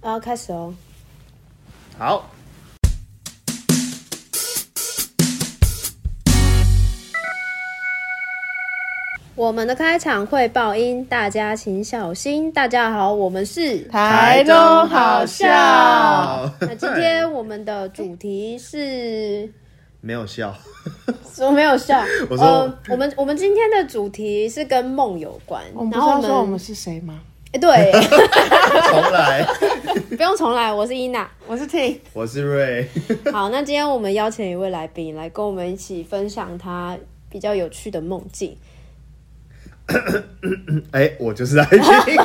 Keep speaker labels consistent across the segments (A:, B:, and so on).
A: 啊，开始哦。
B: 好，
A: 我们的开场会爆音，大家请小心。大家好，我们是。
C: 台中好笑，
A: 那今天我们的主题 是，
B: 没有笑，
A: 我没有笑。
B: 我说
A: 呃我们我们今天的主题是跟梦有关
C: 我们。
A: 然
C: 不
A: 后
C: 是要
A: 我们
C: 说我们是谁吗？
A: 诶对，
B: 重来。
A: 不用重来，我是伊娜。
C: 我是 T，
B: 我是瑞，
A: 好，那今天我们邀请一位来宾来跟我们一起分享他比较有趣的梦境。
B: 哎、我就是来宾，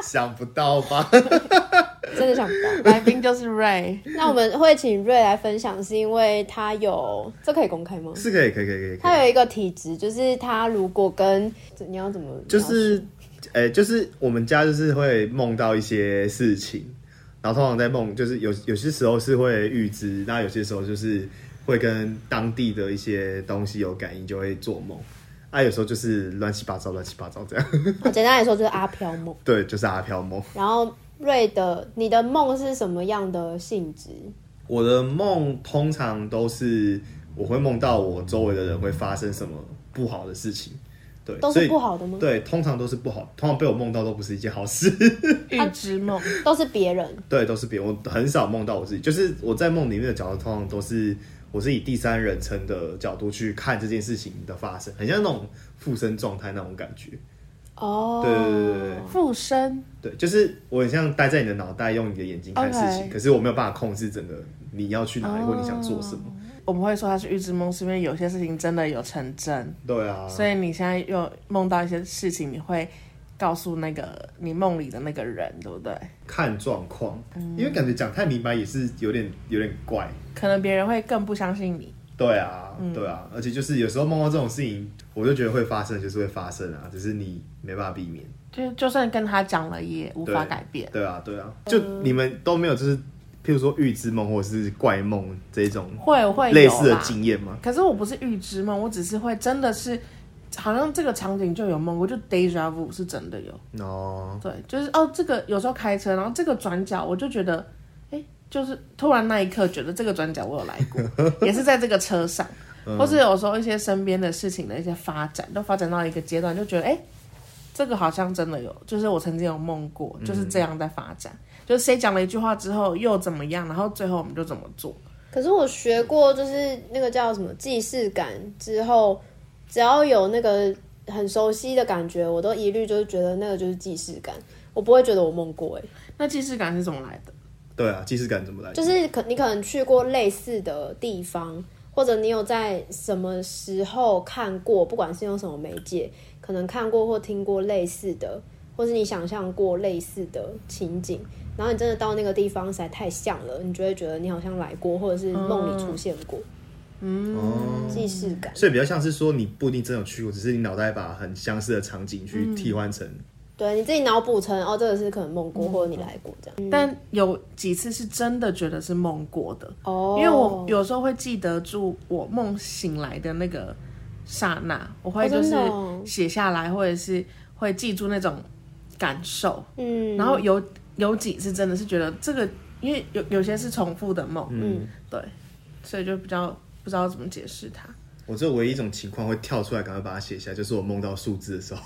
B: 想不到吧？
A: 真的想不 到。
C: 来宾就是 Ray。
A: 那我们会请瑞来分享，是因为他有这可以公开吗？
B: 是可以，可以，可以，可以，
A: 他
B: 可以
A: 有一个体质，就是他如果跟你要怎么描述，
B: 就是，哎、就是我们家就是会梦到一些事情，然后通常在梦就是有有些时候是会预知，那有些时候就是会跟当地的一些东西有感应，就会做梦。啊，有时候就是乱七八糟，乱七八糟这样。
A: 简单来说就是阿飘梦。
B: 对，就是阿飘梦。
A: 然后瑞的你的梦是什么样的性质？
B: 我的梦通常都是我会梦到我周围的人会发生什么不好的事情，对，
A: 都
B: 所
A: 是
B: 以
A: 不好的吗？
B: 对，通常都是不好，通常被我梦到都不是一件好事，
C: 预知梦，
A: 都是别人。
B: 对，都是别人，我很少梦到我自己，就是我在梦里面的角度，通常都是我是以第三人称的角度去看这件事情的发生，很像那种附身状态那种感觉，
A: 哦，
B: 对对对对对
C: 附身，
B: 对，就是我很像待在你的脑袋，用你的眼睛看事情
C: OK
B: 可是我没有办法控制整个你要去
A: 哦
B: 哪里、或你想做什么，
C: 我们会说它是预知梦，是因为有些事情真的有成真，
B: 对啊，
C: 所以你现在又梦到一些事情，你会告诉那个你梦里的那个人，对不对？
B: 看状况，因为感觉讲太明白也是有点有点怪。
C: 可能别人会更不相信你。
B: 对啊，对啊，而且就是有时候梦到这种事情，我就觉得会发生，就是会发生啊，只是你没办法避免。
C: 就就算跟他讲了，也无法
B: 对
C: 改变。
B: 对啊，对啊，就你们都没有，就是譬如说预知梦或者是怪梦这种
C: 会会有
B: 类似的
C: 啦
B: 经验吗？
C: 可是我不是预知梦，我只是会真的是，好像这个场景就有梦过，就 deja vu 是真的有。
B: 哦，
C: 对，就是哦，这个有时候开车，然后这个转角我就觉得，哎，就是突然那一刻觉得这个转角我有来过，也是在这个车上，或是有时候一些身边的事情的一些发展，都发展到一个阶段，就觉得哎，诶这个好像真的有，就是我曾经有梦过，就是这样在发展，就是谁讲了一句话之后又怎么样，然后最后我们就怎么做。
A: 可是我学过，就是那个叫什么既视感之后，只要有那个很熟悉的感觉，我都一律就是觉得那个就是既视感，我不会觉得我梦过哎、
C: 那既视感是怎么来的？
B: 对啊，既视感怎么来？
A: 就是可你可能去过类似的地方，或者你有在什么时候看过，不管是用什么媒介，可能看过或听过类似的，或是你想象过类似的情景，然后你真的到那个地方实在太像了，你就会觉得你好像来过，或者是梦里出现过，
B: 哦，
A: 既视感。
B: 所以比较像是说你不一定真有去过，只是你脑袋把很相似的场景去替换成
A: 对，你自己脑补成哦，这个是可能梦过，或者你来过这样。
C: 但有几次是真的觉得是梦过的，
A: 哦
C: 因为我有时候会记得住我梦醒来的那个刹那，我会
A: 哦
C: 就
A: 真
C: 是
A: 的哦
C: 写下来，或者是会记住那种感受。
A: 嗯，
C: 然后有有几次真的是觉得这个，因为有有些是重复的梦，
A: 嗯，
C: 对，所以就比较不知道怎么解释它。
B: 我这唯一一种情况会跳出来，赶快把它写下来，就是我梦到数字的时候。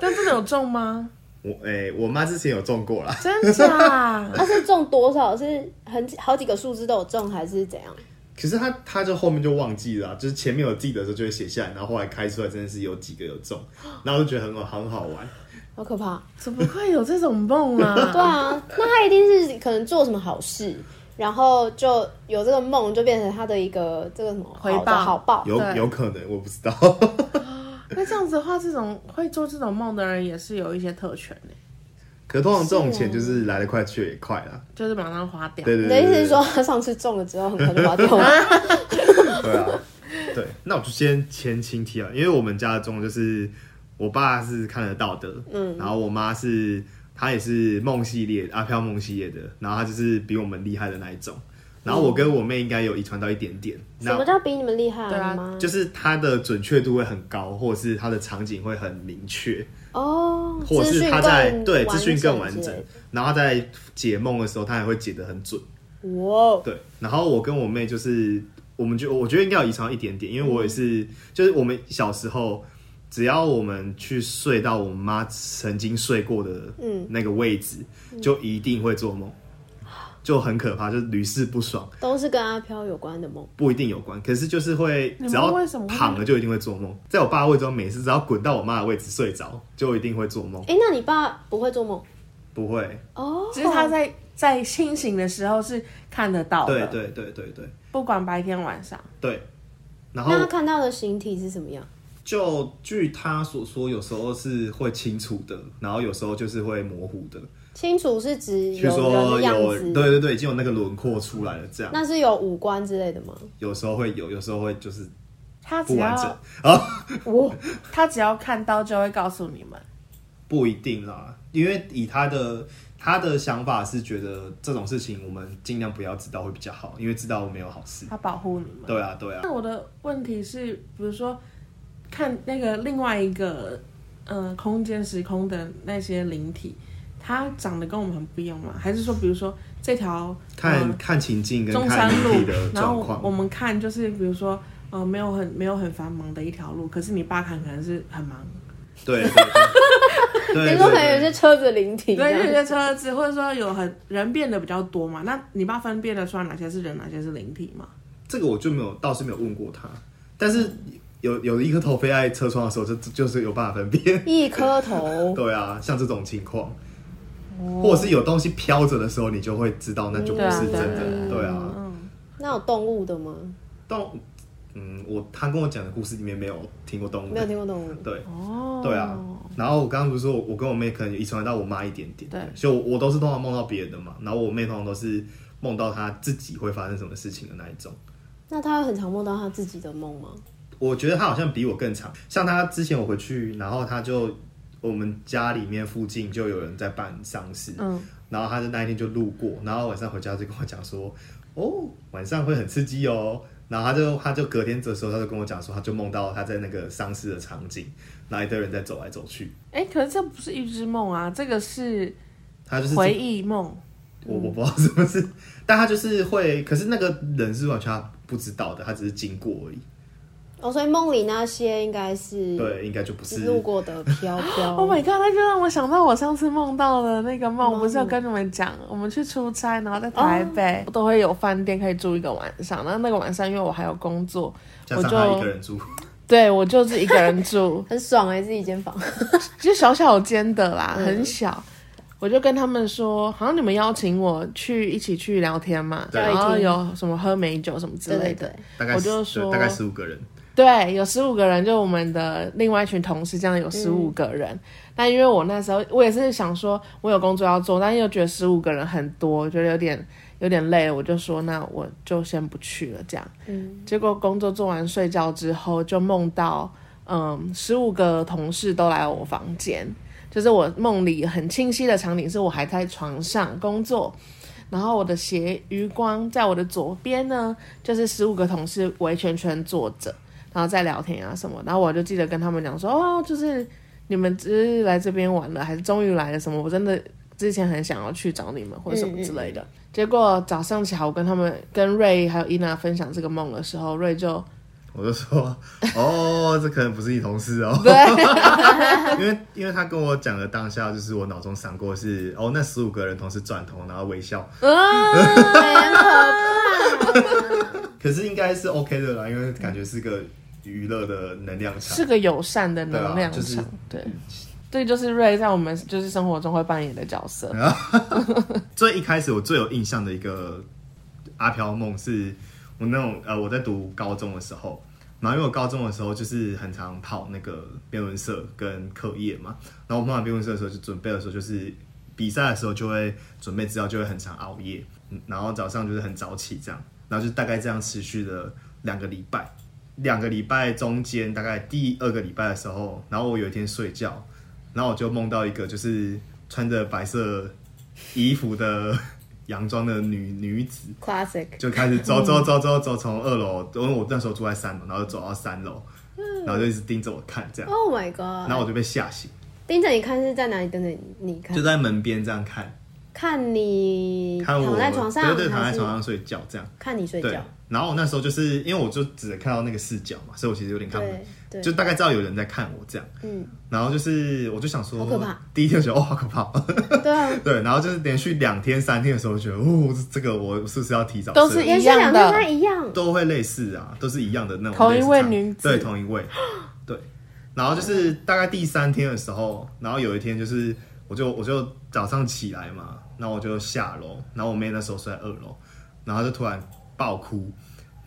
C: 但真的有中吗？
B: 我哎、我妈之前有中过啦，
C: 真假？
A: 它是中多少？是很好几个数字都有中，还是怎样？
B: 可是她她就后面就忘记了啊、就是前面有记得的时候就会写下来，然后后来开出来真的是有几个有 中，然后就觉得很好很好玩。
A: 好可怕。
C: 怎么会有这种梦
A: 对
C: 啊？
A: 啊，那他一定是可能做什么好事，然后就有这个梦，就变成他的一个这个什么好的
C: 回报
A: 好报。
B: 有
C: 对
B: 有可能我不知道，
C: 那这样子的话，这种会做这种梦的人也是有一些特权的、
B: 可通常这种钱就是来得快去也快啦。
C: 就是马上花掉。
B: 对
A: 哦你
B: 对
A: 的
B: 对
A: 意
B: 对
A: 思是
B: 对
A: 说，他上次中了之后很快就 花掉了？
B: 对啊，对。那我就先前情提啊，因为我们家的中就是我爸是看得到的，嗯，然后我妈是她也是梦系列阿飘梦系列的，然后她就是比我们厉害的那一种。然后我跟我妹应该有遗传到一点点，
A: 嗯什
B: 那
A: 么叫比你们厉害
C: 对啊
A: 吗？
B: 就是它的准确度会很高，或者是它的场景会很明确，
A: 哦，
B: 或者
A: 资
B: 是
A: 讯
B: 他在
A: 更
B: 对
A: 完
B: 资讯更完
A: 之
B: 整
A: 类的，
B: 然后他在解梦的时候，他还会解得很准。
A: 哇哦，
B: 对，然后我跟我妹就是，我们就我觉得应该有遗传到一点点，因为我也是，
A: 嗯
B: 就是我们小时候，只要我们去睡到我妈曾经睡过的
A: 嗯
B: 那个位置，就一定会做梦，就很可怕，就是屡试不爽，
A: 都是跟阿飘有关的梦。
B: 不一定有关，可是就是会
C: 你们
B: 只要
C: 为什么会
B: 躺了就一定会做梦，在我爸的位置中，每次只要滚到我妈的位置睡着，就一定会做梦，
A: 哎、那你爸不会做梦
B: 不会，
A: 哦？
C: 只是他在在清醒的时候是看得到
B: 对
C: 的，
B: 对对对对
C: 不管白天晚上。
B: 对，然后
A: 那他看到的形体是什么样？
B: 就据他所说，有时候是会清楚的，然后有时候就是会模糊的。
A: 清楚是指
B: 比
A: 有人
B: 如说
A: 的样
B: 有，
A: 子，
B: 对对对，已经有那个轮廓出来了，这样
A: 那是有五官之类的吗？
B: 有时候会有，有时候会就是
C: 他只
B: 不完整
C: 要
B: 啊，
C: 我，他只要看到就会告诉你们。
B: 不一定啦，因为以他的他的想法是觉得这种事情我们尽量不要知道会比较好，因为知道没有好事。
C: 他保护你们。
B: 对啊，对啊，
C: 那我的问题是，比如说看那个另外一个呃空间时空的那些灵体，它长得跟我们很不一样吗？还是说，比如说这条
B: 看、
C: 呃
B: 看情境跟
C: 中
B: 看
C: 山
B: 你
C: 路
B: 自己的，
C: 然
B: 状
C: 后我我
B: 况，
C: 们看就是比如说呃没有很没有很繁忙的一条路，可是你爸看可能是很忙，
B: 对对
A: 比
B: 对，对
A: 如说可能有
B: 对
A: 些车子灵体
C: 对，
A: 这样，
C: 那些车子或者说有很人变得比较多嘛，那你爸分辨得出来哪些是人，哪些是灵体吗？
B: 这个我就没有，倒是没有问过他，但是有有一颗头飞在车窗的时候，就就就是有办法分辨。
A: 一颗头，
B: 对啊，像这种情况，或者是有东西飘着的时候，你就会知道那就不
C: 哦对啊
B: 是真
C: 对啊
B: 的。对啊，
C: 嗯。
A: 那有动物的吗？
B: 动，嗯，我他跟我讲的故事里面没有听过动物
A: 没，有听过动物。
B: 对
C: 哦，
B: 对啊。然后我刚刚不是说我我跟我妹可能遗传到我妈一点点，
C: 对
B: 所以我我都是通常梦到别人的嘛，然后我妹通常都是梦到她自己会发生什么事情的那一种。
A: 那他会很常梦到他自己的梦吗？
B: 我觉得他好像比我更长。像他之前我回去，然后他就我们家里面附近就有人在办丧事，
C: 嗯，
B: 然后他就那一天就路过，然后晚上回家就跟我讲说，哦，晚上会很刺激哦。然后他就他就隔天的时候，他就跟我讲说，他就梦到他在那个丧事的场景，然后一堆人在走来走去。
C: 哎、可是这不是预知梦啊，这个是
B: 他就是
C: 回忆梦。
B: 我
C: 嗯
B: 我不知道是不是， 但他就是会，可是那个人是完全他不知道的，他只是经过而已。
A: 哦，所以梦里那些应该
C: 嗯
A: 是
B: 对，应该就不是
A: 路过的飘
B: 哦
A: 飘。
C: Oh my god！那就让我想到我上次梦到的那个梦，
A: 梦，
C: 我不是有跟你们讲，我们去出差，然后在台
B: 哦
C: 北、都会有饭店可以住一个晚上。然后那个晚上因为我还有工作，
B: 加
C: 我
B: 上
C: 就
B: 他一个人住。
C: 对我就是一个人住
A: 很爽哎、自己间房。
C: 就小小间的啦，很小。我就跟他们说，好像你们邀请我去一起去聊天嘛，
A: 对
C: 然后有什么喝美酒什么之
A: 对
C: 类
A: 对
C: 的
A: 对。，
B: 大概
C: 我就
B: 对
C: 说
B: 大概十五个人，
C: 对，有十五个人，就我们的另外一群同事，这样有十五个人。那、因为我那时候我也是想说，我有工作要做，但又觉得十五个人很多，觉得有点有点累了，我就说那我就先不去了。这样，
A: 嗯，
C: 结果工作做完睡觉之后，就梦到嗯，十五个同事都来我房间，就是我梦里很清晰的场景是我还在床上工作。然后我的斜余光在我的左边呢，就是十五个同事围圈圈坐着，然后在聊天啊什么。然后我就记得跟他们讲说，哦，就是你们只是来这边玩了，还是终于来了什么？我真的之前很想要去找你们或者什么之类的。结果早上起来，我跟他们跟瑞还有伊娜分享这个梦的时候，瑞就
B: 我就 说，哦，这可能不是你同事哦，
C: 对
B: 因为因为他跟我讲的当下，就是我脑中闪过是，哦，那十五个人同时转头，然后微笑，
A: 很可
B: 可是应该是 OK 的啦，因为感觉是个娱乐的能量场
C: 是，个友善的能量
B: 对啊就是
C: 场，对。这就是瑞在我们就是生活中会扮演的角色，
B: 啊最一开始我最有印象的一个阿飘梦是，我那种呃我在读高中的时候，然后因为我高中的时候就是很常跑那个辩论社跟课业嘛，然后我们跑辩论社的时候就准备的时候就是比赛的时候就会准备资料就会很常熬夜，嗯然后早上就是很早起这样，然后就大概这样持续了两个礼拜。两个礼拜中间，大概第二个礼拜的时候，然后我有一天睡觉，然后我就梦到一个就是穿着白色衣服的洋装的女女子，
A: classic。
B: 就开始
A: 嗯
B: 走走走走走，从二楼，因为我那时候住在
A: 嗯
B: 三楼，然后就走到三楼，然后就一直盯着我看这样，
A: Oh my god！
B: 然后我就被吓醒，
A: 盯着你看是在哪里？等着你看
B: 就，在门边这样看，
A: 看你
B: 看我
A: 躺在床上，
B: 对对，躺在床
A: 还是
B: 上睡觉这样。
A: 看你睡
B: 对
A: 觉。，
B: 然后我那时候就是因为我就只能看到那个视角嘛，所以我其实有点看不
A: 对对，
B: 就大概知道有人在看我这样。
A: 嗯，
B: 然后就是我就想说，
A: 好可怕
B: 第一天就觉得哦好可怕，
A: 对 啊，
B: 对，然后就是连续两天三天的时候，觉得哦这个我是不是要提早
C: 都
B: 睡
C: 是
A: 连
C: 一
A: 续两
C: 样的
A: 天他一样，
B: 都会类似啊，都是一样的那种
C: 同一
B: 类似
C: 位
B: 场
C: 女子
B: 对，同一位， 对。然后就是大概第三天的时候，然后有一天就是我就我就早上起来嘛，然后我就下楼，然后我妹那时候睡在二楼，然后就突然爆哭，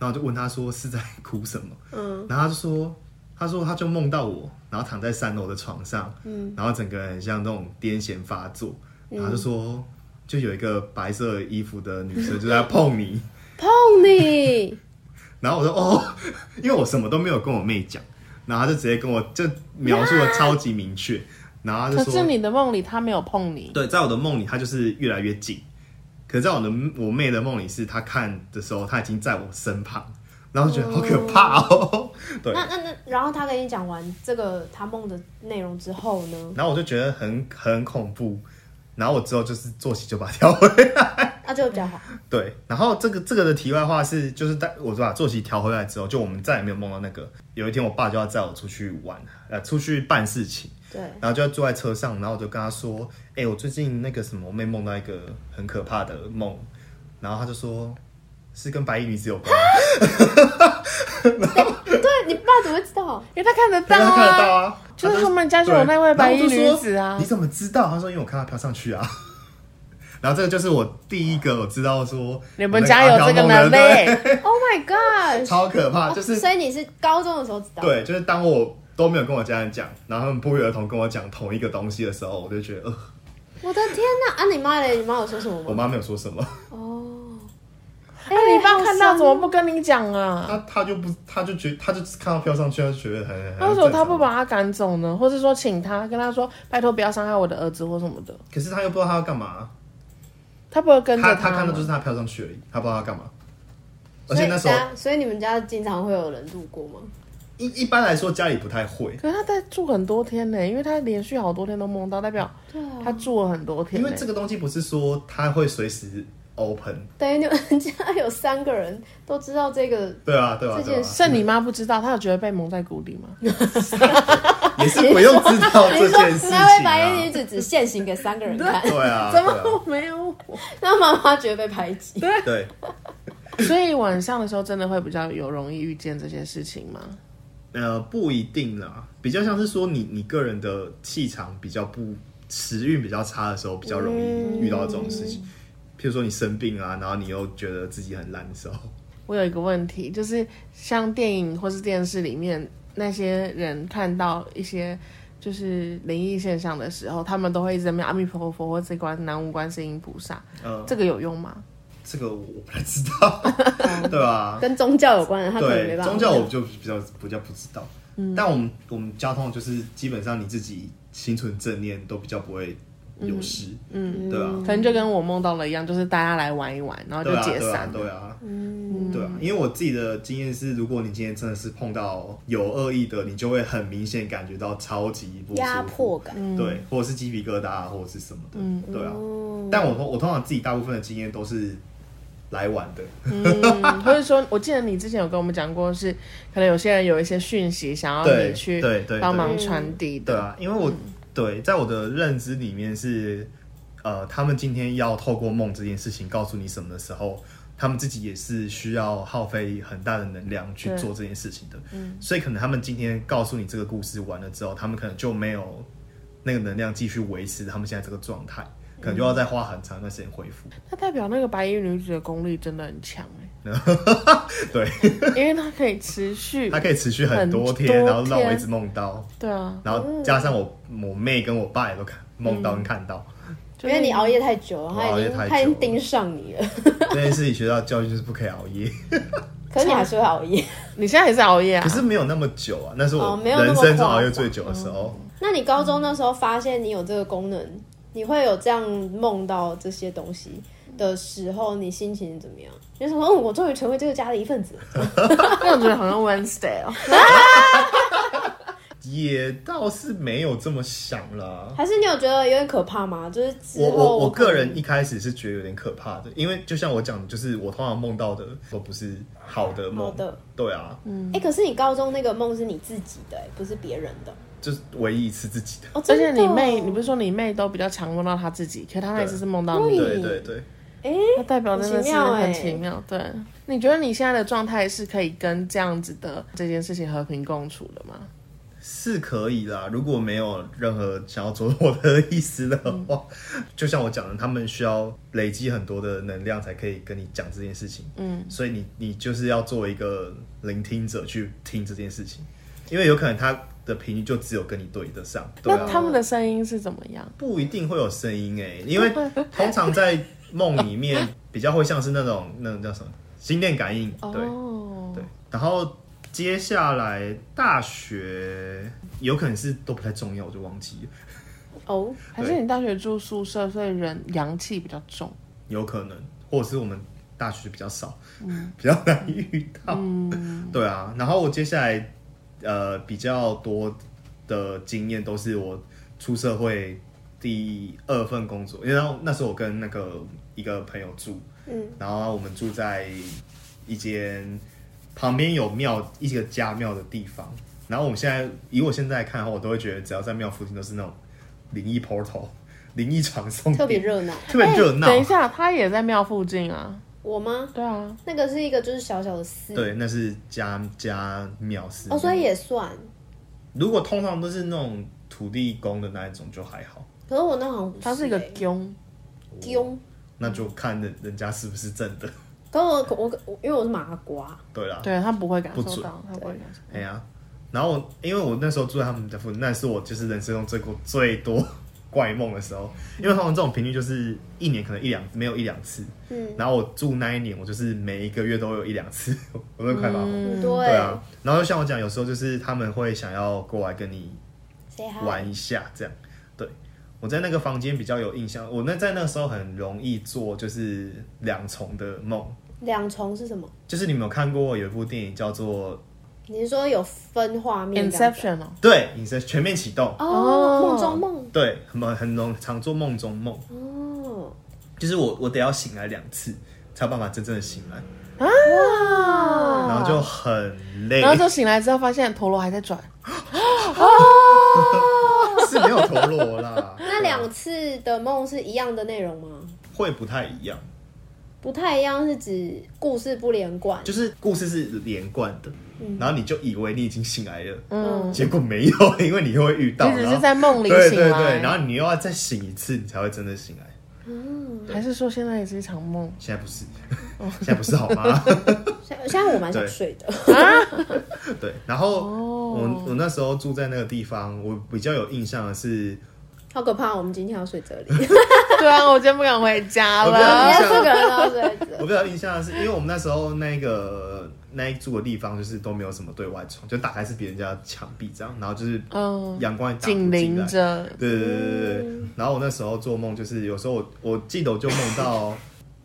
B: 然后我就问她说是在哭什么，
A: 嗯，
B: 然后她就说她说她就梦到我，然后躺在三楼的床上，嗯，然后整个人很像那种癫痫发作，
C: 嗯
B: 然后就说。就有一个白色衣服的女生就在碰你，
A: 碰你，
B: 然后我说哦， 因为我什么都没有跟我妹讲，然后她就直接跟我就描述 的超级明确，然后她
C: 可
B: 就是说，
C: 你的梦里他没有碰你，
B: 对，在我的梦里她就是越来越近，可是在我的我妹的梦里是她看的时候，她已经在我身旁，然后觉得好可怕哦， 对，
A: 那那那，然后他跟你讲完这个他梦的内容之后呢，
B: 然后我就觉得很很恐怖，然后我之后就是作息就把它调回
A: 那就比较好。
B: 对，然后这个这个的题外话是，就是在我把作息调回来之后，就我们再也没有梦到那个。有一天，我爸就要载我出去玩，呃，出去办事情，
A: 对，
B: 然后就要坐在车上，然后我就跟他说：“哎、我最近那个什么，我妹梦到一个很可怕的梦。”然后他就说：“是跟白衣女子有 关。
A: 对你爸怎么会知道？
C: 因为他看得”到
B: 但是他看得到
C: 啊，
B: 啊，
C: 就是他们家就
B: 对
C: 有那位白衣
B: 然后
C: 女
B: 我就
C: 子
B: 说
C: 啊
B: 你，怎么知道？他说：“因为我看她飘上去啊。” 然后这个就是我第一个我知道说
C: 你们家有这个欸哦能
B: 对
C: 力，
A: Oh my god！哦
B: 超可怕，就是
A: 所以你是高中的时候知道？，
B: 对，就是当我都没有跟我家人讲，然后他们不约而同跟我讲同一个东西的时候，我就觉得，呃，
A: 我的天哪！啊，你妈嘞？你妈有说什么
B: 我
A: 吗？
B: 妈没有说什么，
A: 哦，哎
C: 那你爸看到怎么？
A: 好哦
C: 不跟你讲啊？
B: 她她就不，她就觉，她就看到飘上去，她就觉得哎很，
C: 那
B: 很
C: 为什么
B: 正
C: 他不
B: 常？
C: 把他赶走呢？或是说请他跟他说，拜托不要伤害我的儿子或什么的？
B: 可是她又不知道她要干嘛，
C: 他不会跟
B: 她
C: 着
B: 她看到
C: 吗
B: 就是她飘上去而已，她不知道她干嘛。而
A: 伤
B: 且那时候
A: 所以大家所以你们家经常会有人路过吗？
B: 一一般来说家里不太会，
C: 可是他在住很多天呢，因为他连续好多天都梦到，代表
A: 对啊，
C: 他住了很多天
B: 因
C: 呢。
B: 为这个东西不是说她会随时 open，
A: 等于你们家有三个人都知道这个，
B: 对啊对啊
A: 这
B: 对
A: 件
B: 啊，
C: 剩你妈不知道，她有觉得被蒙在鼓里吗？
B: 也是不用知道这件 事 情
A: 那位白衣女
B: 啊，
A: 子只限行给三个人看，
B: 对啊，
C: 怎
B: 对啊，
C: 么 没有我？
A: 那妈妈觉得被排挤。
B: 对，
C: 所以晚上的时候真的会比较有容易遇见这些事情吗？
B: 呃，不一定啦，比较像是说你你个人的气场比较不时运比较差的时候，比较容易遇到这种事情。譬如说你生病啊，然后你又觉得自己很烂的时候，
C: 我有一个问题，就是像电影或是电视里面那些人看到一些就是灵异现象的时候，他们都会一直在那边阿弥陀佛或这关南无观世音菩萨，
B: 呃，
C: 这个有用吗？
B: 这个我不太知道，对吧、
A: 跟宗教有关的，他可能没
B: 对，
A: 办法。
B: 宗教我就比较比较不知道。但我们我们交通就是基本上你自己心存正念，都比较不会有事，嗯，对啊，
C: 可能就跟我梦到了一样，就是大家来玩一玩，然后就
B: 对啊，
C: 解
B: 对啊
C: 散，了。
B: 对啊，
A: 嗯
B: 对啊，因为我自己的经验是，如果你今天真的是碰到有恶意的，你就会很明显感觉到超级不舒服
A: 压迫，嗯感。
B: 对，或者是鸡皮疙瘩啊或者是什么的，对啊。
A: 哦
B: 但我通我通常自己大部分的经验都是来晚的，
C: 嗯，或者说，我记得你之前有跟我们讲过是，可能有些人有一些讯息想要
B: 对
C: 你去
B: 对对
C: 帮忙
A: 对
C: 传递
B: 对
C: 的，
B: 啊，因为我、对在我的认知里面是，呃，他们今天要透过梦这件事情告诉你什么的时候，他们自己也是需要耗费很大的能量去
C: 对嗯
B: 做这件事情的。所以可能他们今天告诉你这个故事完了之后，他们可能就没有那个能量继续维持他们现在这个状态，
C: 嗯
B: 可能就要再花很长一段时间恢复。
C: 那代表那个白衣女子的功力真的很强哎、
B: 对，
C: 因为她可以持续
B: 它，可以持续很多天，
C: 很多
B: 然后让我
C: 天
B: 一直梦到，
C: 对啊，
B: 然后加上我我妹跟我爸也都看梦
C: 嗯
B: 到跟看到。
C: 就
A: 因
C: 是
A: 为你熬夜太久了，
B: 我
A: 他
B: 熬
A: 已
B: 夜
A: 经
B: 太
A: 他已经
B: 久
A: 盯上你了，
B: 这件事情学到教训就是不可以熬夜。
A: 可是你还是会熬夜。
C: 你现在也是熬夜啊
B: 可，是没有那么久啊，那是
A: 哦
B: 我
A: 没有那么
B: 人生中熬夜最久的时候。 哦
A: 那你高中那时候发现你有这个功能，你会有这样梦到这些东西的时候，你心情怎么样？你就说，嗯，我终于 成为这个家的一份子了。
C: 那我觉得好像 Wednesday 哦，
B: 也倒是没有这么想啦。
A: 还是你有觉得有点可怕吗？就是哦之
B: 我
A: 后
B: 我我
A: 可能
B: 个人一开始是觉得有点可怕的，因为就像我讲，就是我通常梦到的都不是好的梦。
A: 好的
B: 对啊，
A: 哎、可是你高中那个梦是你自己的、哎，不是别人的。
B: 就是唯一一次自己的。
A: 哦，
C: 而
A: 真的
C: 且
A: 哦
C: 你妹，你不是说你妹都比较常梦到她自己，可她那一次是梦到
A: 对
C: 你，
B: 对对对，
A: 哎、
C: 那代表真的是很
A: 很
C: 奇
A: 奇
C: 妙。对，你觉得你现在的状态是可以跟这样子的这件事情和平共处的吗？
B: 是可以啦。如果没有任何想要左我的意思的话，
A: 嗯
B: 就像我讲的，他们需要累积很多的能量才可以跟你讲这件事情。
C: 嗯，
B: 所以你你就是要做一个聆听者去听这件事情，因为有可能他的频率就只有跟你对得上。对
C: 那
B: 啊，
C: 他们的声音是怎么样？
B: 不一定会有声音诶、因为通常在梦里面比较会像是那种那种叫什么心电感应，对。
C: 哦，
B: 对，然后接下来大学有可能是都不太重要，我就忘记了，
A: 哦，
C: 还是你大学住宿舍，所以人阳气比较 重。
B: 有可能，或者是我们大学比较少，
A: 嗯
B: 比较难遇到。对啊，然后我接下来呃比较多的经验都是我出社会第二份工作，因为那那时候我跟那个一个朋友住，
A: 嗯，
B: 然后我们住在一间旁边有庙一个家庙的地方，然后我们现在以我现在来看的话，我都会觉得只要在庙附近都是那种灵异 portal、灵异传送地，
A: 特别热闹。
B: 特别热闹
C: 哎。等一下，他也在庙附近啊。
A: 我吗？
C: 对啊，
A: 那个是一个就是小小的寺，
B: 对，那是家家庙寺
A: 嗯哦，所以也算。
B: 如果通常都是那种土地公的那一种就还好，哦
A: 可是我那好像不
C: 他是
A: 是
C: 一个
A: 欸
C: 宫，
A: 丢。
B: 那就看人人家是不是真的。
A: 可我我我因为我是麻瓜，
B: 对啦，
C: 对他不会感
B: 不
C: 受
B: 准
C: 到，他不会感受。
B: 哎呀、然后我因为我那时候住在他们家附近，那是我就是人生中最过最多怪梦的时候，因为他们这种频率就是一年可能一两没有一两次，
A: 嗯，
B: 然后我住那一年我就是每一个月都有一两次， 我都快发疯。
A: 嗯
B: 对啊，然后就像我讲，有时候就是他们会想要过来跟你
A: 谁还
B: 玩一下，这样。对，我在那个房间比较有印象，我那在那时候很容易做就是两重的梦，
A: 两重是什么？
B: 就是你们有看过有一部电影叫做
A: 你是说有分画面这样子
C: Inception 哦，
B: 对，你是全面启动，
A: 哦，
C: 哦
A: 梦中梦
B: 对，很很容常做梦中梦，
A: 哦，
B: 就是我我得要醒来两次。才有办法真正的醒来，
C: 哦啊
B: 然后就很累，
C: 然后就醒来之后发现陀螺还在转，
B: 哦 是没有陀螺 啦。啊
A: 那两次的梦是一样的内容吗？
B: 会不太一样，
A: 不太一样，是指故事不连贯。
B: 就是故事是连贯的，然后你就以为你已经醒来了，
A: 嗯
C: 嗯，
B: 结果没有，因为你又会遇到，
C: 你只
B: 然
C: 是
B: 后
C: 在梦里
B: 对
C: 醒
B: 对
C: 来
B: 对，然后你又要再醒一次，你才会真的醒来。
A: 嗯，
C: 还是说现在也是一场梦？
B: 现在不是，
C: 哦
B: 现在不是好 吗？
A: 现现在我蛮想睡的。
B: 对，然后
C: 哦
B: 我我那时候住在那个地方，我比较有印象的是，
A: 好可怕！我们今天要睡这里，
C: 对啊，我今天不敢回家
B: 我不
A: 连
B: 要
C: 了。
B: 想
A: 四个人都要睡
B: 我
A: 这。
B: 比较有印象的是，因为我们那时候那个那一住的地方就是都没有什么对外窗，就打开是别人家的墙壁这样，然后就是
C: 嗯，
B: 阳光也打不
C: 紧
B: 进
C: 邻
B: 来。
C: 着，嗯
B: 对对对对对。然后我那时候做梦，就是有时候我我记得我就梦到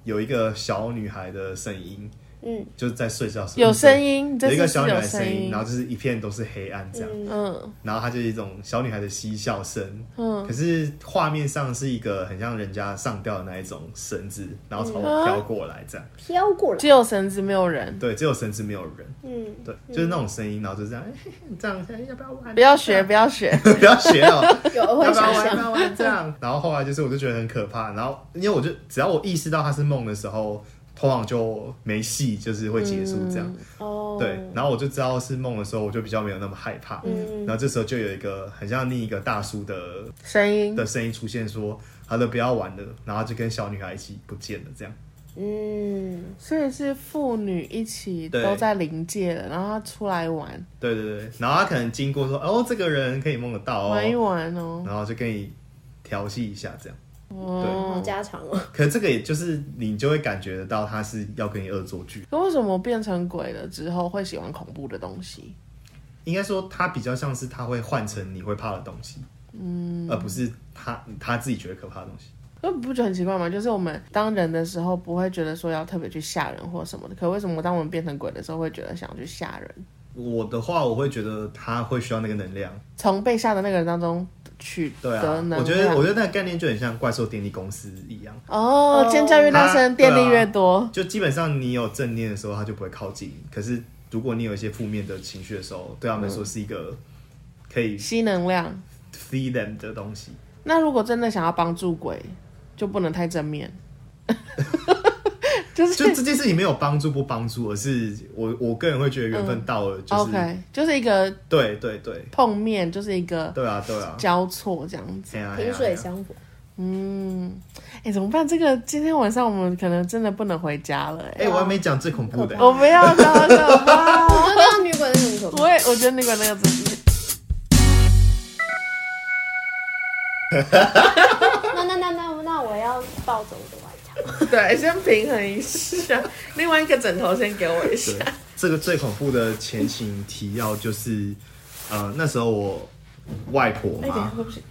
B: 有一个小女孩的声音，
A: 嗯
B: 就是在睡觉的时候
C: 有声音，这
B: 有一个
C: 次是
B: 小女
C: 有
B: 孩的声
C: 声
B: 音，
C: 音
B: 然，后就是一片都是黑暗这样，
A: 嗯，
C: 嗯
B: 然后它就是一种小女孩的嬉笑声，
C: 嗯
B: 可是画面上是一个很像人家上吊的那一种绳子，然后朝我
C: 嗯
B: 飘过来这样，
A: 飘过来
C: 只。有绳子没有人，
B: 对，只有绳子没有人，
A: 嗯，
B: 对，就是那种声音，然后就这样，哎、你这样要不要 玩？
C: 不要学，不要学。
B: 不要学 哦、
A: 有
B: 要
A: 会
B: 不要
A: 想
B: 玩？要不
A: 象。
B: 要玩？这样，然后后来就是我就觉得很可怕，然后因为我就只要我意识到它是梦的时候，通常就没戏，就是会结束这样。
C: 嗯
A: 哦，
B: 对，然后我就知道是梦的时候，我就比较没有那么害怕。
A: 嗯
B: 然后这时候就有一个很像另一个大叔的
C: 声
A: 嗯
C: 音
B: 的声音出现说，好的，不要玩了，然后就跟小女孩一起不见了，这样。
A: 嗯，
C: 所以是父女一起
B: 对
C: 都在临界了，然后他出来玩
B: 对对对，然后他可能经过说，哦，这个人可以梦得
A: 哎
B: 到
C: 玩一
B: 哦，
C: 玩哦。
B: 然后就跟你调戏一下这样。
A: 好
C: 哦，
A: 家常哦。
B: 可是这个也就是你就会感觉得到他是要跟你恶作剧，
C: 可为什么变成鬼了之后会喜欢恐怖的东西？
B: 应该说他比较像是他会换成你会怕的东西，嗯，而不是他他自己觉得可怕的东西。
C: 那不觉得很奇怪吗？就是我们当人的时候不会觉得说要特别去吓人或什么的，可为什么当我们变成鬼的时候会觉得想要去吓人？
B: 我的话，我会觉得他会需要那个能量。
C: 从被吓的那个人当中取
B: 对
C: 得
B: 啊
C: 能，量。
B: 我觉得我觉得那个概念就很像怪兽电力公司一样，
C: 哦，尖叫越大
B: 啊
C: 声，电
B: 对
C: 力
B: 啊
C: 越多。
B: 就基本上你有正念的时候，它就不会靠近你；可是如果你有一些负面的情绪的时候，对他们来说是一个可以
C: 吸能量。
B: feed them 的东西。
C: 那如果真的想要帮助鬼，就不能太正面，就是
B: 就这件事情没有帮助不帮助，而是我我个人会觉得缘分到了， 就是、
C: OK，就是一个
B: 对对对
C: 碰面，就是一个
B: 对啊对啊，
C: 交错这样子。
B: 哎呀
A: 萍水相逢。
C: 哎、怎么办？这个今天晚上我们可能真的不能回家了、
B: 哎、
C: 哎、
B: 欸我还没讲最恐怖的、
C: 我不要这么可怕。
A: 我觉得当女鬼那很可怕。
C: 我也我觉得那个那个真的
A: 那那那那那我要抱走我的外套。
C: 对，先平衡一 下。另外一个枕头先给我一下
B: 对，这个最恐怖的前情提要就是，呃，那时候我外婆
C: 哎、等一下，
B: 嘛，
C: 我不是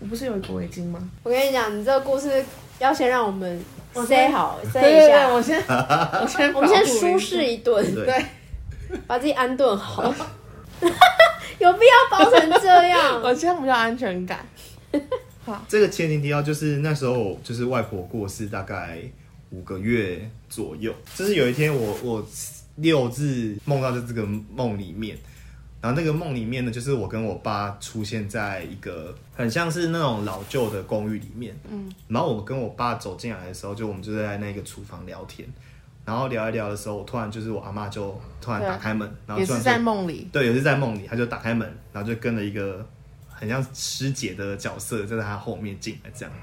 C: 我不是有一个围巾吗？
A: 我跟你讲，你这个故事要先让我们
C: 我
A: say 好
C: 对
A: ，say
C: 对
A: 一
C: 对，
A: 下，
C: 我先 我先
A: 我们先
C: 保护
A: 舒
C: 一下
A: 适一顿，
B: 对，
C: 对，
A: 把自己安顿好。 有必要包成这 样？
C: 我这样比较安全感。
B: 这个前情提要就是那时候就是外婆过世大概五个月左右，就是有一天我我六日梦到的这个梦里面，然后那个梦里面呢，就是我跟我爸出现在一个很像是那种老旧的公寓里面，嗯，然后我跟我爸走进来的时候，就我们就在那个厨房聊天。然后聊一聊的时候，我突然就是我阿妈就突然
C: 对
B: 打开门，然后
C: 也
B: 突
C: 是
B: 然
C: 在
B: 就
C: 梦里，
B: 对，也是在梦里，他就打开门，然后就跟了一个很像师姐的角色在他后面进来，这样。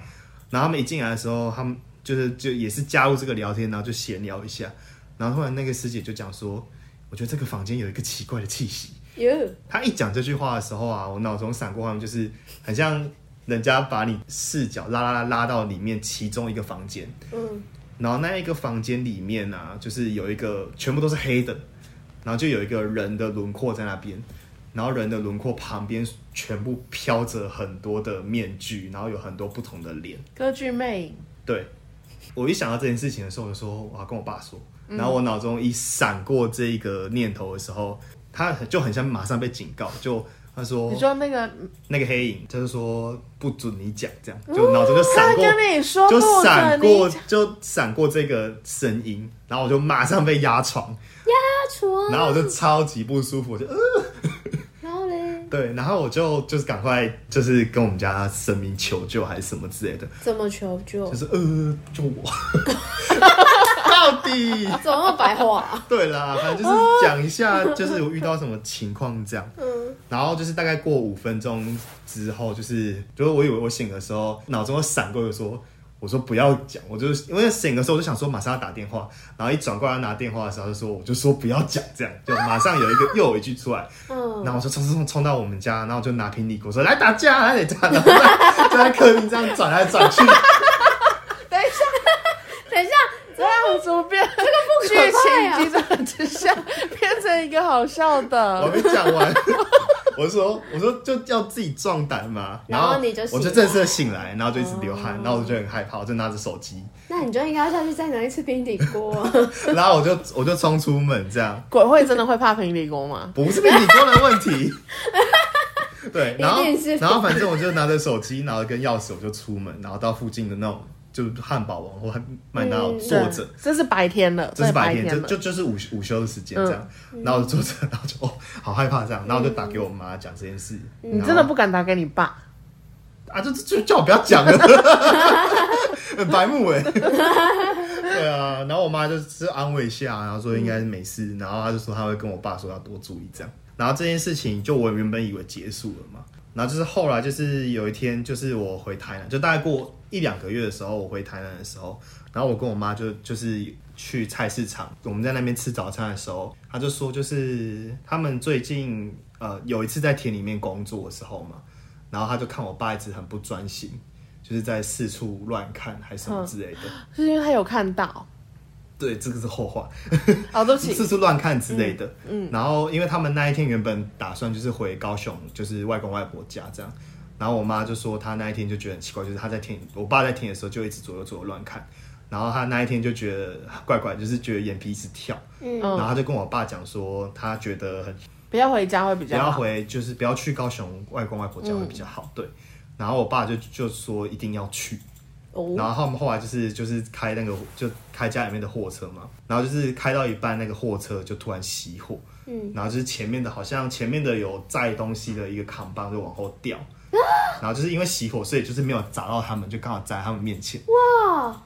B: 然后他们一进来的时候，他们就是就也是加入这个聊天，然后就闲聊一下。然后后来那个师姐就讲说，我觉得这个房间有一个奇怪的气息。
A: 哟，
B: 他一讲这句话的时候啊，我脑中闪过画面，就是很像人家把你视角拉拉拉拉到里面其中一个房间，
A: 嗯，
B: 然后那一个房间里面呢、啊，就是有一个全部都是黑的，然后就有一个人的轮廓在那边，然后人的轮廓旁边全部飘着很多的面具，然后有很多不同的脸。
C: 歌剧魅影。
B: 对我一想到这件事情的时候，我就说我要跟我爸说，
C: 嗯
B: 然后我脑中一闪过这一个念头的时候，他就很像马上被警告，就他说
C: 你说那个，
B: 那个黑影，他就说不准你讲，这样就脑中就闪
C: 嗯他
B: 过。
C: 跟你说
B: 就
C: 不
B: 闪
C: 准
B: 过
C: 哦你，
B: 就闪过这个声音，然后我就马上被压床，
A: 阿楚，
B: 然后我就超级不舒服，我就呃
A: 然后嘞，
B: 对，然后我就就是赶快就是跟我们家神明求救还是什么之类的，
A: 怎么求救
B: 就？是呃救我， 到底
A: 怎么那么白话 啊？
B: 对啦，反正就是讲一下，就是有遇到什么情况这样。
A: 嗯，
B: 然后就是大概过五分钟之后，就是就是我以为我醒的时候，脑中有闪过有说，我说不要讲，我就是因为醒的时候我就想说马上要打电话，然后一转过来拿电话的时候就说我就说不要讲，这样就马上有一个又有一句出来，
A: 嗯
B: 然后我就冲冲冲冲到我们家，然后我就拿平底锅说来打架来打架，然后在就在客厅这样转来转去，
C: 等一下，
A: 等一下，
C: 这样怎么变？这个
A: 可怕呀
C: 剧情急转直下，变成一个好笑
B: 我还
C: 的。
B: 没讲完。 我说，我说就要自己壮胆嘛，
A: 然后你就
B: 我
A: 醒
B: 就
A: 了哦
B: 正式地醒来，然后就一直流汗，然后我就很害怕，我就拿着手机，
A: 那你就应该要下去再拿一次冰底 锅啊。
B: 然后我就我就冲出门，这样
C: 鬼会真的会怕平底锅吗？
B: 不是平底锅的问 题。对，然后
A: 一定是
B: 然后反正我就拿着手机，拿着根钥匙，我就出门，然后到附近的那种就是汉堡王或麦当劳
A: 嗯
B: 坐着
C: 对，，这是白天了，
B: 这是白
C: 天
B: 天，
C: 了，
B: 就就就是午午休的时间这样，
A: 嗯
B: 然后我就坐着，然后就哦 好害怕这样，然后我就打给我妈讲这件事，
A: 嗯
C: 你
B: 然后
C: 真的不敢打给你爸。
B: 啊，就就就叫我不要讲了， 很白目哎。 对啊，然后我妈就是安慰一下，然后说应该是没事，然后她就说她会跟我爸说要多注意这样。然后这件事情就我原本以为结束了嘛，然后就是后来就是有一天就是我回台南，就大概过一两个月的时候，我回台南的时候，然后我跟我妈就就是去菜市场，我们在那边吃早餐的时候，她就说就是他们最近呃有一次在田里面工作的时候嘛，然后他就看我爸一直很不专心，就是在四处乱看还是什么之类的。
C: 是因为他有看到。
B: 对，这个是后话，
C: 哦，对不起，
B: 四处乱看之类的。嗯，然后因为他们那一天原本打算就是回高雄，就是外公外婆家这样。然后我妈就说，她那一天就觉得很奇怪，就是她在听我爸在听的时候就一直左右左右乱看，然后她那一天就觉啊得怪怪，就是觉得眼皮一直跳。
A: 嗯
B: 然后
C: 嗯，
B: 他就跟我爸讲说，他觉得很
C: 不要回家会比
B: 不
C: 较好。嗯
B: 要回，就是不要去高雄外公外婆家会比较好。对，然后我爸就就说一定要去，
C: 哦，
B: 然后他们后来就是就是开那个就开家里面的货车嘛，然后就是开到一半，那个货车就突然熄火，嗯，然后就是前面的好像前面的有载东西的一个扛棒就往后 掉，然后就是因为熄火，所以就是没有砸到他们，就刚好砸在他们面前，
A: 哇，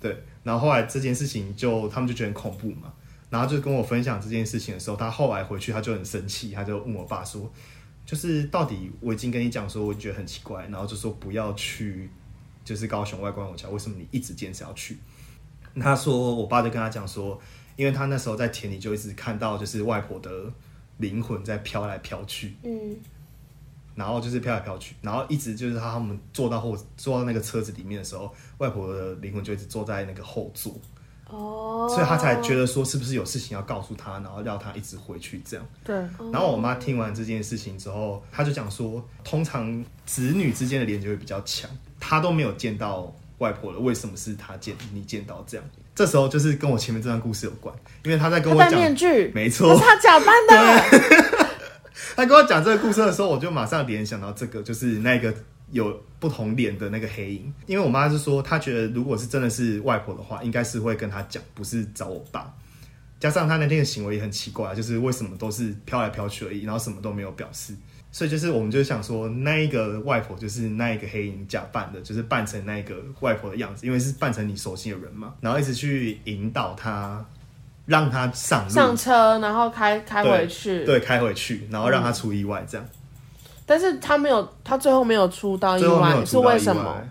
B: 对，然后后来这件事情就他们就觉得很恐怖嘛，然后就跟我分享这件事情的时候，他后来回去他就很生气，他就问我爸说，就是到底我已经跟你讲说我觉得很奇怪，然后就说不要去，就是高雄外观我家，为什么你一直坚持要去？他说我爸就跟他讲说，因为他那时候在田里就一直看到就是外婆的灵魂在飘来飘去，
A: 嗯，
B: 然后就是飘来飘去，然后一直就是他们坐到后坐到那个车子里面的时候，外婆的灵魂就一直坐在那个后座，
A: 哦，
B: 所以他才觉得说是不是有事情要告诉他，然后让他一直回去这样。
C: 对，
B: 然后我妈听完这件事情之后，她就讲说，通常子女之间的连接会比较强，她都没有见到外婆了，为什么是她见你见到这样？这时候就是跟我前面这段故事有关，因为她在跟我
C: 他戴
B: 讲
C: 面具，
B: 没
C: 这
B: 错
C: 是，他假扮的。
B: 他跟我讲这个故事的时候，我就马上联想到这个，就是那个有不同脸的那个黑影。因为我妈是说，她觉得如果是真的是外婆的话，应该是会跟她讲，不是找我爸。加上她那天的行为也很奇怪，就是为什么都是飘来飘去而已，然后什么都没有表示。所以就是我们就想说，那一个外婆就是那一个黑影假扮的，就是扮成那一个外婆的样子，因为是扮成你熟悉的人嘛，然后一直去引导她，让她上路，
C: 上车，然后开开回去。
B: 对，开回去，然后让她出意外这样。
C: 但是他没有，他最后没有出到意
B: 最后没
C: 外，
B: 有
C: 是
B: 出到
C: 为
B: 意
C: 什么
B: 外？。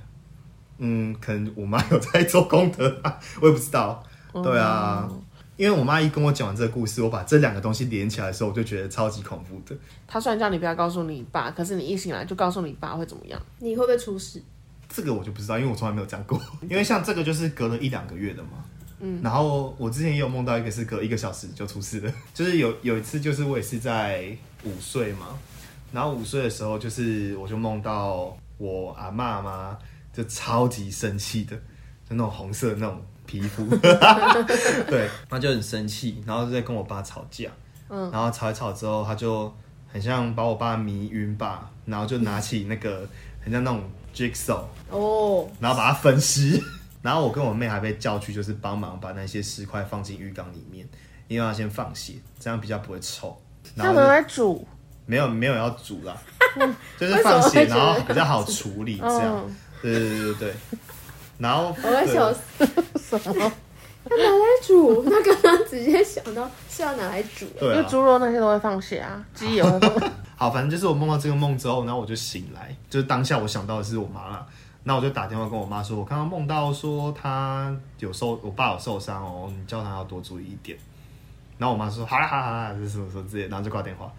B: 嗯，可能我妈有在做功德吧，我也不知道。
C: 哦
B: 对啊，因为我妈一跟我讲完这个故事，我把这两个东西连起来的时候，我就觉得超级恐怖的。
C: 他虽然叫你不要告诉你爸，可是你一醒来就告诉你爸会怎么样？
A: 哦你会不会出事？
B: 这个我就不知道，因为我从来没有讲 过。因为像这个就是隔了一两个月的嘛。嗯，然后我之前也有梦到一个是隔一个小时就出事了， 就是有有一次就是我也是在午睡嘛，然后午睡的时候就是我就梦到我阿嬷嘛，就超级生气的，就那种红色的那种皮肤， 对，她就很生气，然后就在跟我爸吵架，嗯，然后吵一吵之后，她就很像把我爸迷晕吧，然后就拿起那个很像那种 jigsaw，
A: 哦，
B: 然后把它分尸。 然后我跟我妹还被叫去，就是帮忙把那些尸块放进浴缸里面，因为要先放血，这样比较不会臭。然后
C: 他们
B: 就
C: 来煮，
B: 没有没有要煮 啦，就是放血，
A: 为什
B: 然
A: 么会觉得哦
B: 后比较好处理这样。
C: 嗯
B: 对对对对对。然后
A: 我会想
B: 对
A: 死。 什么？拿来煮？他刚刚直接想到是要拿来煮。
C: 因
B: 对
C: 为
B: 啊，
C: 猪肉那些都会放血啊，鸡也会放。
B: 好，反正就是我梦到这个梦之后，然后我就醒来，就是当下我想到的是我妈啦。那我就打电话跟我妈说，我刚刚梦到说她有受，我爸有受伤哦，你叫她要多注意一点。然后我妈说好啦好啦好啦，就是什么什么之类的，然后就挂电话。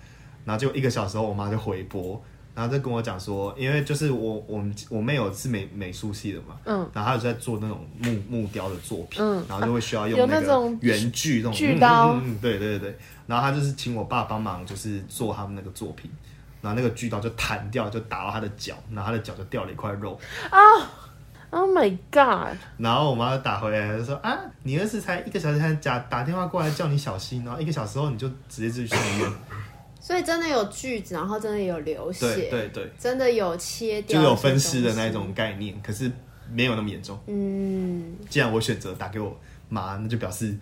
B: 然后就一个小时后，我妈就回拨，然后就跟我讲说，因为就是我我们我妹有是美美术系的嘛，
C: 嗯，
B: 然后她有在做那种木木雕的作品，
C: 嗯
B: 然后就会需要
C: 有
B: 用
C: 那
B: 个
C: 种
B: 圆锯那种
C: 锯刀
B: 嗯嗯嗯嗯对对对。然后他就是请我爸帮忙，就是做他们那个作品，然后那个锯刀就弹掉，就打到他的脚，然后他的脚就掉了一块肉。
C: Oh my god！
B: 然后我妈就打回来就说啊，你儿子才一个小时才打打电话过来叫你小心，然后一个小时后你就直接就去医院。
A: 所以真的有锯子，然后真的有流血，
B: 对对对，
A: 真的有切掉，
B: 就有分尸的那种。概念，可是没有那么严重。
A: 嗯，
B: 既然我选择打给我妈，那就表示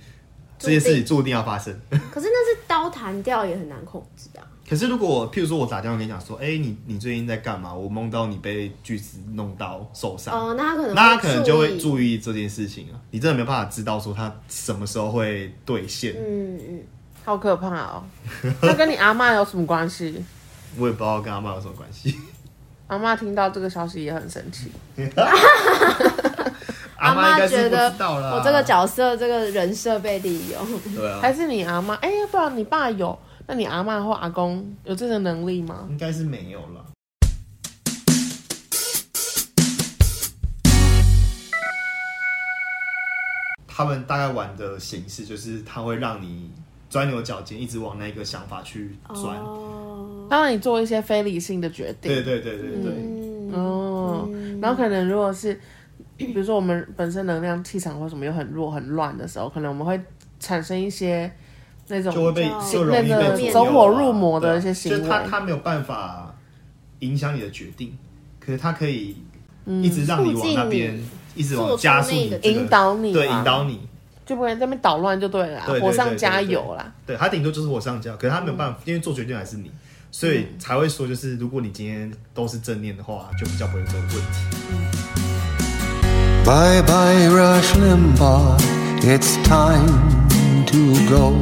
B: 这件事情注定要发生。
A: 可是那是刀弹掉也很难控制啊。
B: 可是如果我譬如说我打电话跟你讲说，哎、你你最近在干嘛？我梦到你被锯子弄到受伤，
A: 哦，那他可能
B: 那他可能就
A: 注意。
B: 会注意这件事情啊。你真的没办法知道说他什么时候会兑现，
A: 嗯嗯，
C: 好可怕 哦！那跟你阿妈有什么关系？
B: 我也不知道跟他爸有什么 关系。
C: 阿妈听到这个消息也很生气。
A: 阿
B: 妈
A: 妈
B: 应该是
A: 觉
B: 不
A: 得
B: 知道啦。
A: 我哦这个角色这个人设被利 用，
B: 对啊，
C: 还是你阿妈？哎、要不然你爸有，那你阿妈或阿公有这个能力吗？
B: 应该是没有了。他们大概玩的形式就是，他会让你钻牛角尖，一直往那个想法去钻。
A: 哦，
C: 他让你做一些非理性的决定。
B: 对对对对对。
A: 嗯，
C: 哦，
A: 嗯
C: 然后可能如果是，比如说我们本身能量气场或什么又很弱很乱的时候，可能我们会产生一些那种
B: 就会被
A: 比较
B: 就容易
C: 那
B: 被
C: 个
B: 左右啊
C: 走火入魔的一些行
B: 对
C: 为
B: 就是他他没有办法影响你的决定，可是他可以一直
C: 嗯
B: 让你往那边
A: 促进，
B: 一直往加速你、
A: 做出那个
B: 这个
C: 引导你
B: 对，
C: 嘛
B: 引导你，
C: 就不会在那边捣乱就对了啦，啊
B: 对对对
C: 火上加油啦。
B: 对他顶多就是火上浇，可是他没有办法，因为做决定还是你，所以
C: 嗯
B: 才会说，就是如果你今天都是正念的话，就比较不会有这种问题。
D: Bye bye, Rush Limbaugh. It's time to go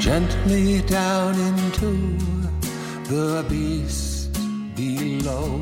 D: gently down into the beast below.